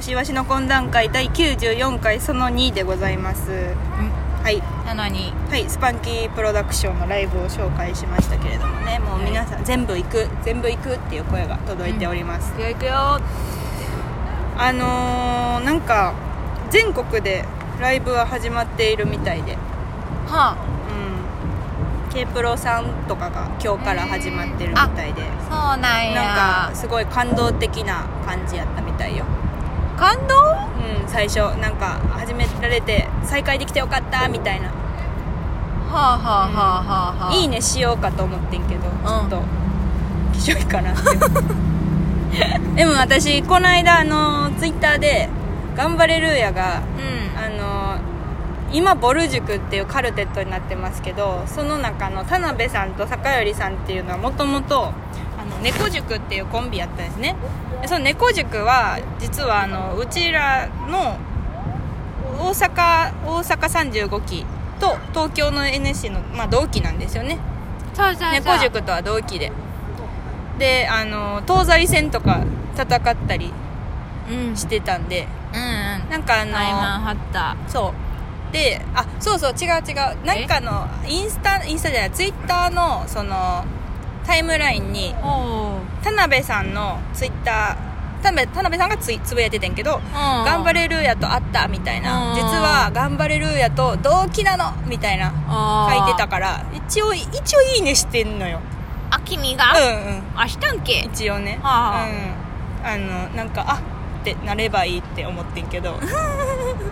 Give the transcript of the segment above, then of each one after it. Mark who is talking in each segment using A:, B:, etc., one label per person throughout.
A: しいわしの懇談会第94回その2でございますはい
B: なのに
A: はいスパンキープロダクションのライブを紹介しましたけれどもねもう皆さん全部行く全部行くっていう声が届いております
B: 「行、くよ行くよ
A: あのー、なんか全国でライブは始まっているみたいで」
B: は
A: うん k プロさんとかが今日から始まってるみたいで
B: あそうなんや
A: なんかすごい感動的な感じやったみたいよ
B: 感動
A: うん最初なんか始められて再開できてよかったみたいな
B: はあはあはあはあはあ
A: いい
B: ね
A: ねしようかと思ってんけど、
B: ん
A: ちょっときしょいか なってでも私この間あのツイッターで「頑張れルーヤが」
B: うん
A: あの今ボル塾っていうカルテットになってますけどその中の田辺さんと坂寄さんっていうのはもともとあの猫塾っていうコンビやったんですねでその猫塾は実はあのうちらの大阪大阪35期と東京の NSC の、まあ、同期なんですよね
B: そうそうそう
A: 猫塾とは同期でであの東西戦とか戦ったり
B: うんうんうん
A: してたんでなんかあの、
B: タイマン張った
A: そうであそうそう違う違うなんかのインスタインスタじゃないツイッターのそのタイムラインに
B: おお
A: 田辺さんのツイッター田辺田辺さんがついつぶやいててんけど「頑
B: 頑
A: 張れルーヤと会った」みたいな
B: う
A: 「
B: ん
A: 実は頑張れルーヤと同期なの」みたいな書
B: 書
A: いてたから一応一応いいねしてんのよ
B: あ君
A: うん
B: が
A: うん
B: あしたんけ
A: 一応ねうん
B: はあ
A: あのなんかあってなればいいって思ってんけ ど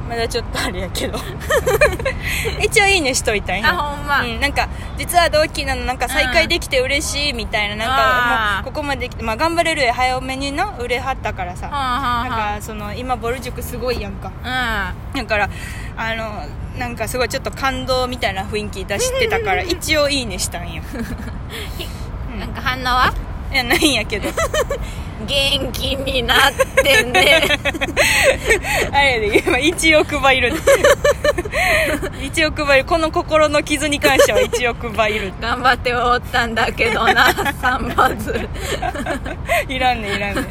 A: まだちょっとあれやけど 一応いいねしといたんや
B: あほんま
A: うん、なんか実は同期なのなんか再会できて嬉しいみたいななんか
B: あー
A: もうここまで来て、まあ、頑張れるよ早めにな売れはったからさ
B: は
A: なんかその今ボル塾すごいやんか
B: あはあ
A: だからあのなんかすごいちょっと感動みたいな雰囲気出してたから 一応いいねしたんや
B: うんなんか反応はい
A: やないんやけど
B: 元気になって んね
A: あれやで今1億倍いる 1億倍いるこの心の傷に関しては1億倍いる
B: 頑張っておったんだけど な三発
A: いらんねいらんね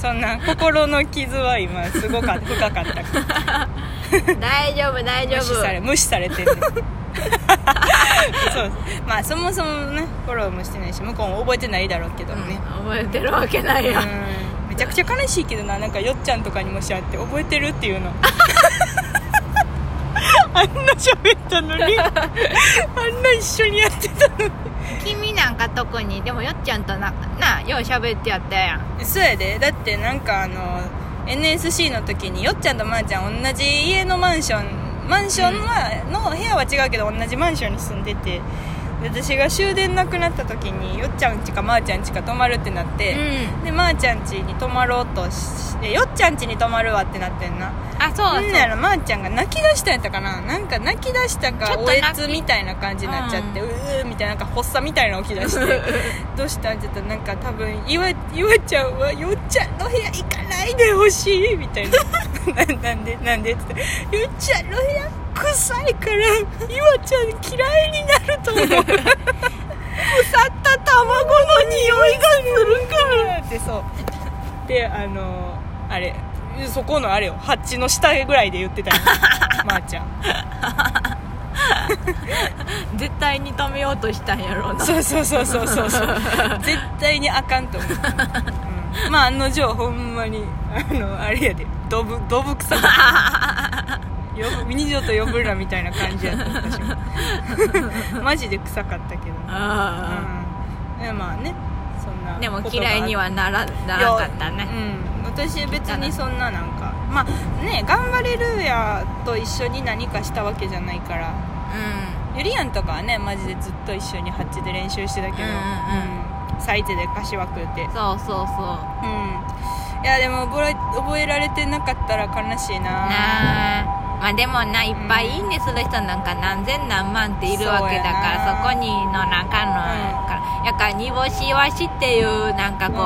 A: そんな心の傷は今すごか深かったから
B: 大丈夫大丈
A: 無視
B: 夫
A: され無視されてるそうまあそもそもねフォローもしてないし向こうも覚えてないだろうけど
B: うん
A: ね、
B: 覚えてるわけない
A: うん
B: よ、
A: めちゃくちゃ悲しいけどななんかよっちゃんとかにもしあって覚えてるっていうの あんな喋ったのにあんな一緒にやってたのに
B: 君なんか特にでもよっちゃんとななよう喋ってやったやん
A: そうやでだってなんかあの NSC の時によっちゃんとまーちゃん同じ家のマンションマンションは、の部屋は違うけど同じマンションに住んでてで私が終電なくなった時によっちゃんちかまーちゃんちか泊まるってなって、
B: ん
A: でまー、ちゃんちに泊まろうとしてよっちゃんちに泊まるわってなってんな
B: あそう
A: なん
B: そう
A: やろまー、ちゃんが泣き出したんやったかななんか泣き出した
B: ちょ
A: か
B: っと
A: おえ
B: 泣き
A: つみたいな感じになっちゃって、う
B: う
A: ーみたいななんか発作みたいなの起き出して どうしたんって言ったらなんか多分いわいわちゃんはよっちゃんの部屋行かないでほしいみたいな ななんでなんでって言ってよっちゃんの部屋臭いからいわちゃん嫌いになると思う腐った卵の匂いがするからってそうであのあれそこのあれよハッチの下ぐらいで言って たよまーちゃん
B: 絶対に止めようとしたんやろうな
A: そうそうそうそうそうそう絶対にあかんと思う、うん、まあ案の定ほんまにあのあれやでドブドブ臭さ呼ぶ二度と呼ぶなみたいな感じやった私もマジで臭かったけど、うん
B: あ、
A: でまあねそんな
B: ーでも
A: ことがあ
B: 嫌いにはならならなかったね
A: うん、私別にそんななんかまあね頑張れるやと一緒に何かしたわけじゃないから
B: う
A: ゆりやんとかはねマジでずっと一緒にハッチで練習してたけど、
B: うん
A: うんサイズで柏食うてうん
B: んそうそうそう
A: いやでも覚え覚えられてなかったら悲しいな
B: なあまあでもないっぱいいいねする人なんか何千何万っているわけだから
A: そうやな
B: そこにのなんかのからやから煮干しわしっていうなんかこ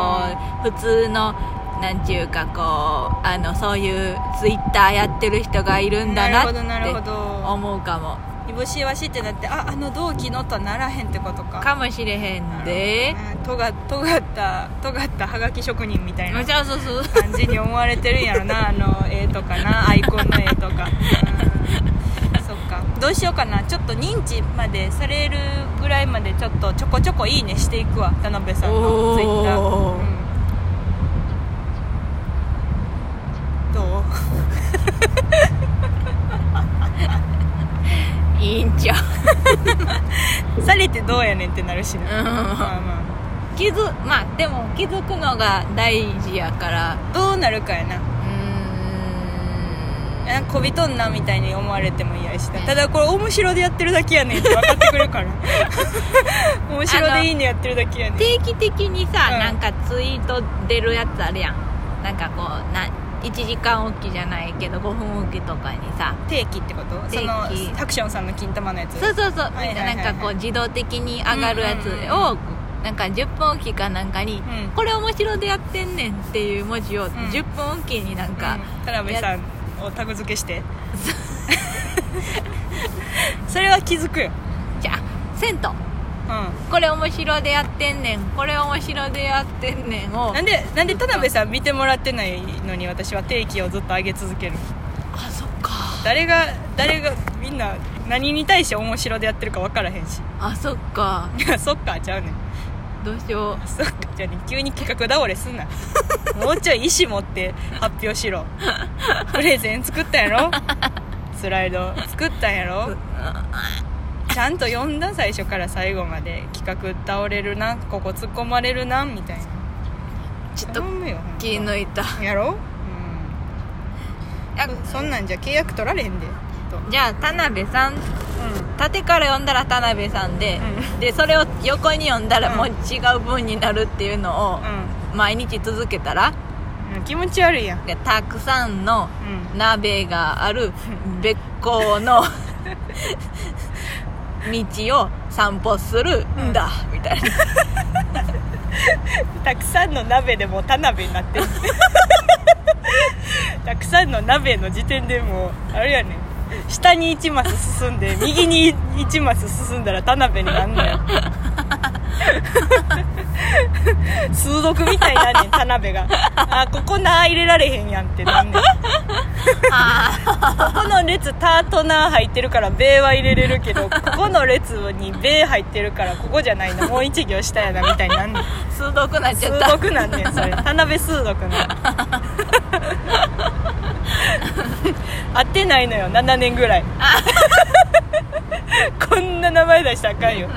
B: う普通のなんていうかこうあのそういうツイッターやってる人がいるんだなっ
A: なるほどなるほ
B: て
A: ど
B: 思うかも
A: 煮干しわしってなってああの同期のとはならへんってことか
B: かもしれへんで
A: うん尖尖った尖ったはがき職人みたいな
B: そうそうそう
A: 感じに思われてるんやろなあの絵とかなアイコンの絵とか、うん、そっかどうしようかなちょっと認知までされるぐらいまでちょっとちょこちょこいいねしていくわ田辺さんの
B: おー
A: ツイッター、うん、どう
B: いいんちゃう
A: されてどうやねんってなるしな、
B: うん
A: まあま
B: 気づまあでも気づくのが大事やから
A: あどうなるかやな
B: うーん
A: えこびとんなみたいに思われても嫌やしなただこれ面白でやってるだけやねんって分かってくる から面白でいいねやってるだけやねん
B: 定期的にさ、
A: うん
B: なんかツイート出るやつあるやんなんかこうな1時間おきじゃないけど5分おきとかにさ
A: 定期ってこと
B: 定期
A: そのタクションさんの金玉のやつ
B: そうそうそう、
A: はいはいはいはい
B: なんかこう自動的に上がるやつ
A: うんうんうん
B: を、なんか10分おきかなんかに、
A: ん
B: これ面白でやってんねんっていう文字を10分おきになんか、
A: うん田辺さんをタグ付けして それは気づくよ
B: じゃあ銭湯
A: う
B: これ面白でやってんねんこれ面白でやってんねんを
A: んなんでなんで田辺さん見てもらってないのに私は定期をずっと上げ続ける
B: あそっか
A: 誰が誰がみんな何に対して面白でやってるか分からへんし
B: あそっか
A: いやそっかちゃうねん
B: どうしよう
A: そっかじゃあね急に企画倒れすんな もうちょい意思持って発表しろプレゼン作ったんやろスライド作ったんやろちゃんと読んだ最初から最後まで企画倒れるなここ突っ込まれるなみたいな
B: ちょっと
A: 頼むよほんま
B: 気抜いた
A: やろ、
B: あ
A: うん、そんなんじゃ契約取られへんできっと
B: じゃあ田辺さ
A: う
B: ん縦から読んだら田辺さんで、
A: う
B: でそれを横に読んだら
A: うん
B: もう違う文になるっていうのを毎日続けたら
A: ん、うん、気持ち悪いやん、
B: でたくさんの
A: うん、
B: 鍋がある別 校の道を散歩するんだ、みたいな
A: たくさんの鍋でもう田鍋になってるたくさんの鍋の時点でもうあれやねん下に1マス進んで右に1マス進んだら田鍋になんのよ数独みたいなねん田鍋があここな入れられへんやんってなんねんこ
B: あ
A: この列タートナー入ってるから米は入れれるけどここの列に米入ってるからここじゃないのもう一行下やなみたいになんねん
B: ー数独なっちゃっ
A: 数
B: た
A: 独なんねんそれ田辺数独なん会ってないのよ7年ぐらいこんな名前出したらあかんよ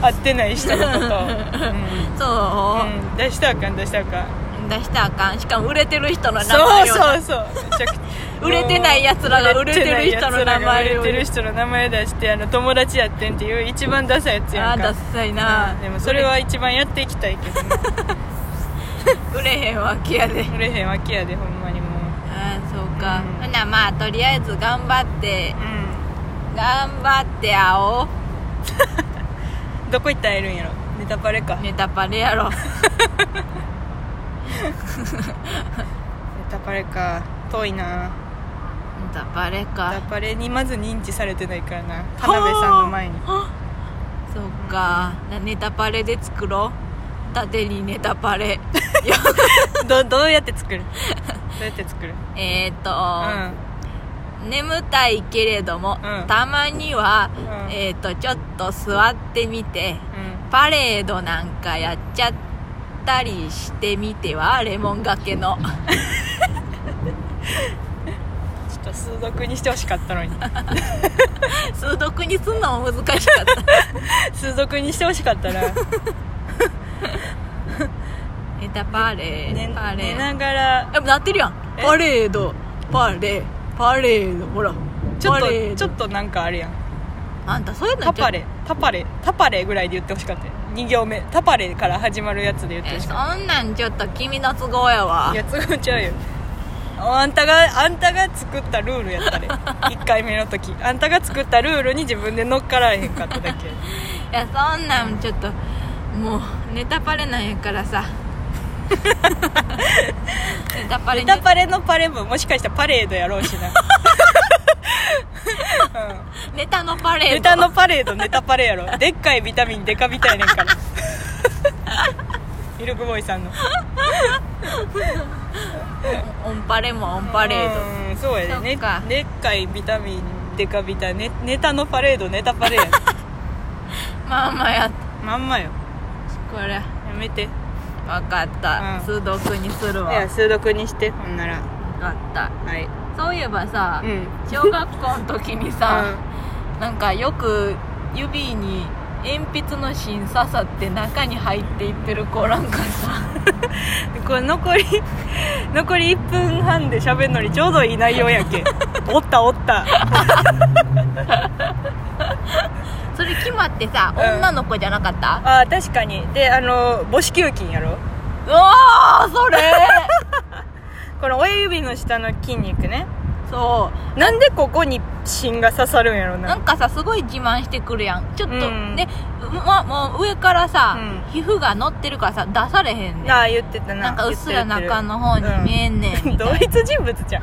A: 会ってない人のことを、
B: そ
A: う
B: う、
A: んうん出したらあかん出したらあかん
B: 出したらあかんしかも売れてる人の名
A: そう
B: 前を
A: そうそうめちゃくちゃ
B: 売れてない奴らが売れてる人の
A: 売れてない奴ら
B: 名前を
A: が売れてる人の名前出してあの友達やってんっていう一番ダサいやつや
B: あ
A: ん
B: ーダ
A: か
B: ッサいな、
A: でもそれは一番やっていきたいけどね
B: 売れへんわけやで
A: 売れへんわけやでほんまにもう
B: ああそうか、
A: うん
B: ほなまあとりあえず頑張って
A: う
B: 頑張って会おうん
A: どこ行ったら会えるんやろネタバレかネ
B: ネタバレ やろ
A: タバレか遠いな
B: ネタバレ
A: ネタ
B: か
A: バレにまず認知されてないからな田辺さんの前に
B: そうかなネタバレで作ろう縦にネタ バレ
A: どどうやって作る どうやって作る
B: えーっと、
A: うん
B: 眠たいけれども、
A: うん
B: たまには、
A: うん
B: えーっとちょっと座ってみて
A: うん
B: パレードなんかやっちゃったりしてみてはレモンがけ の
A: ちょっと数読にしてほしかったのに
B: 数読にすんのも難しかった
A: 数読にしてほしかったら
B: ネタパ レ
A: 寝
B: パ
A: 寝
B: レ
A: ながら
B: えなってるやん
A: え
B: パレードパレパレードほら
A: ちょっ
B: パレー
A: と
B: ド
A: ちょっとなんかあるやん
B: あんたそういうの
A: タパレタパレタパレぐらいで言ってほしかったよ2行目タパレから始まるやつで言って
B: え
A: ほし
B: そ
A: かっ
B: んなんちょっと君の都合やわ
A: たいやつちゃうよあんたがあんたが作ったルールやった で1回目の時あんたが作ったルールに自分で乗っからへんかっただ け
B: いやそんなんちょっともうネタパレなんやか らさネタパレ
A: ネ
B: に
A: タパレのパレももしかしたらパレードやろうし な、うん
B: ネタのパレード
A: ネタのパレードネタパレやろでっかいビタミンデカビタやねんからミルクボーイさんの
B: オンパレもオンパレード
A: うんそうや
B: そ
A: ね
B: っか
A: ねでっかいビタミンデカビタネネタのパレードネタパレード
B: まあまあやっ
A: まんまよ
B: これ
A: やめ てい
B: 分かった、
A: うん
B: 数独にするわ
A: や
B: 分
A: 数読にしてほんなら
B: かった
A: はい
B: そういえばさ、
A: うん
B: 小学校の時にさ、なんかよく指に鉛筆の芯刺さって中に入っていってる子おらんかっ
A: うんこれ残り 残り1分半で喋るのにちょうどいい内容や けおったおった
B: たそれ決まってさ、
A: うん
B: 女の子じゃなかった
A: あー確かにであの母子球筋やろ
B: うわーそれ
A: この親指の下の筋肉ね
B: そ
A: なんでここに芯が刺さるんやろ
B: うな
A: なん
B: かさすごい自慢してくるやんちょっと、
A: うん
B: ねま、もう上からさ、
A: う
B: 皮膚が乗ってるからさ出されへんねん
A: ああ言ってたな
B: なんかうっすら中
A: 言
B: の方
A: って
B: に
A: る言ってる
B: 見えんねんみたいな、
A: 同一人物 じゃん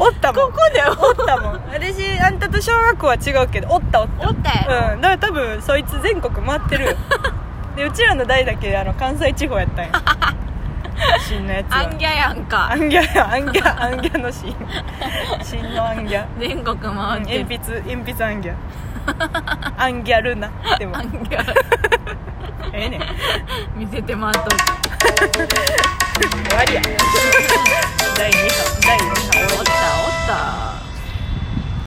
A: おったもんここでおったもん 私あんたと小学校は違うけどおったおっ
B: おったやろ、
A: たうんだから多分そいつ全国回ってる よでうちらの代だけあの関西地方やったん や新のやつ
B: あ
A: は
B: んぎゃやん
A: ア
B: か
A: ンギャやアンギャアンギャの新新のアンギャ
B: 全国回って
A: 鉛
B: る
A: 筆鉛筆アンギャアンギャルナでも
B: あんぎゃ
A: ええねん
B: 見せてまうと
A: 終わりや第2波第2波終わり
B: おったおった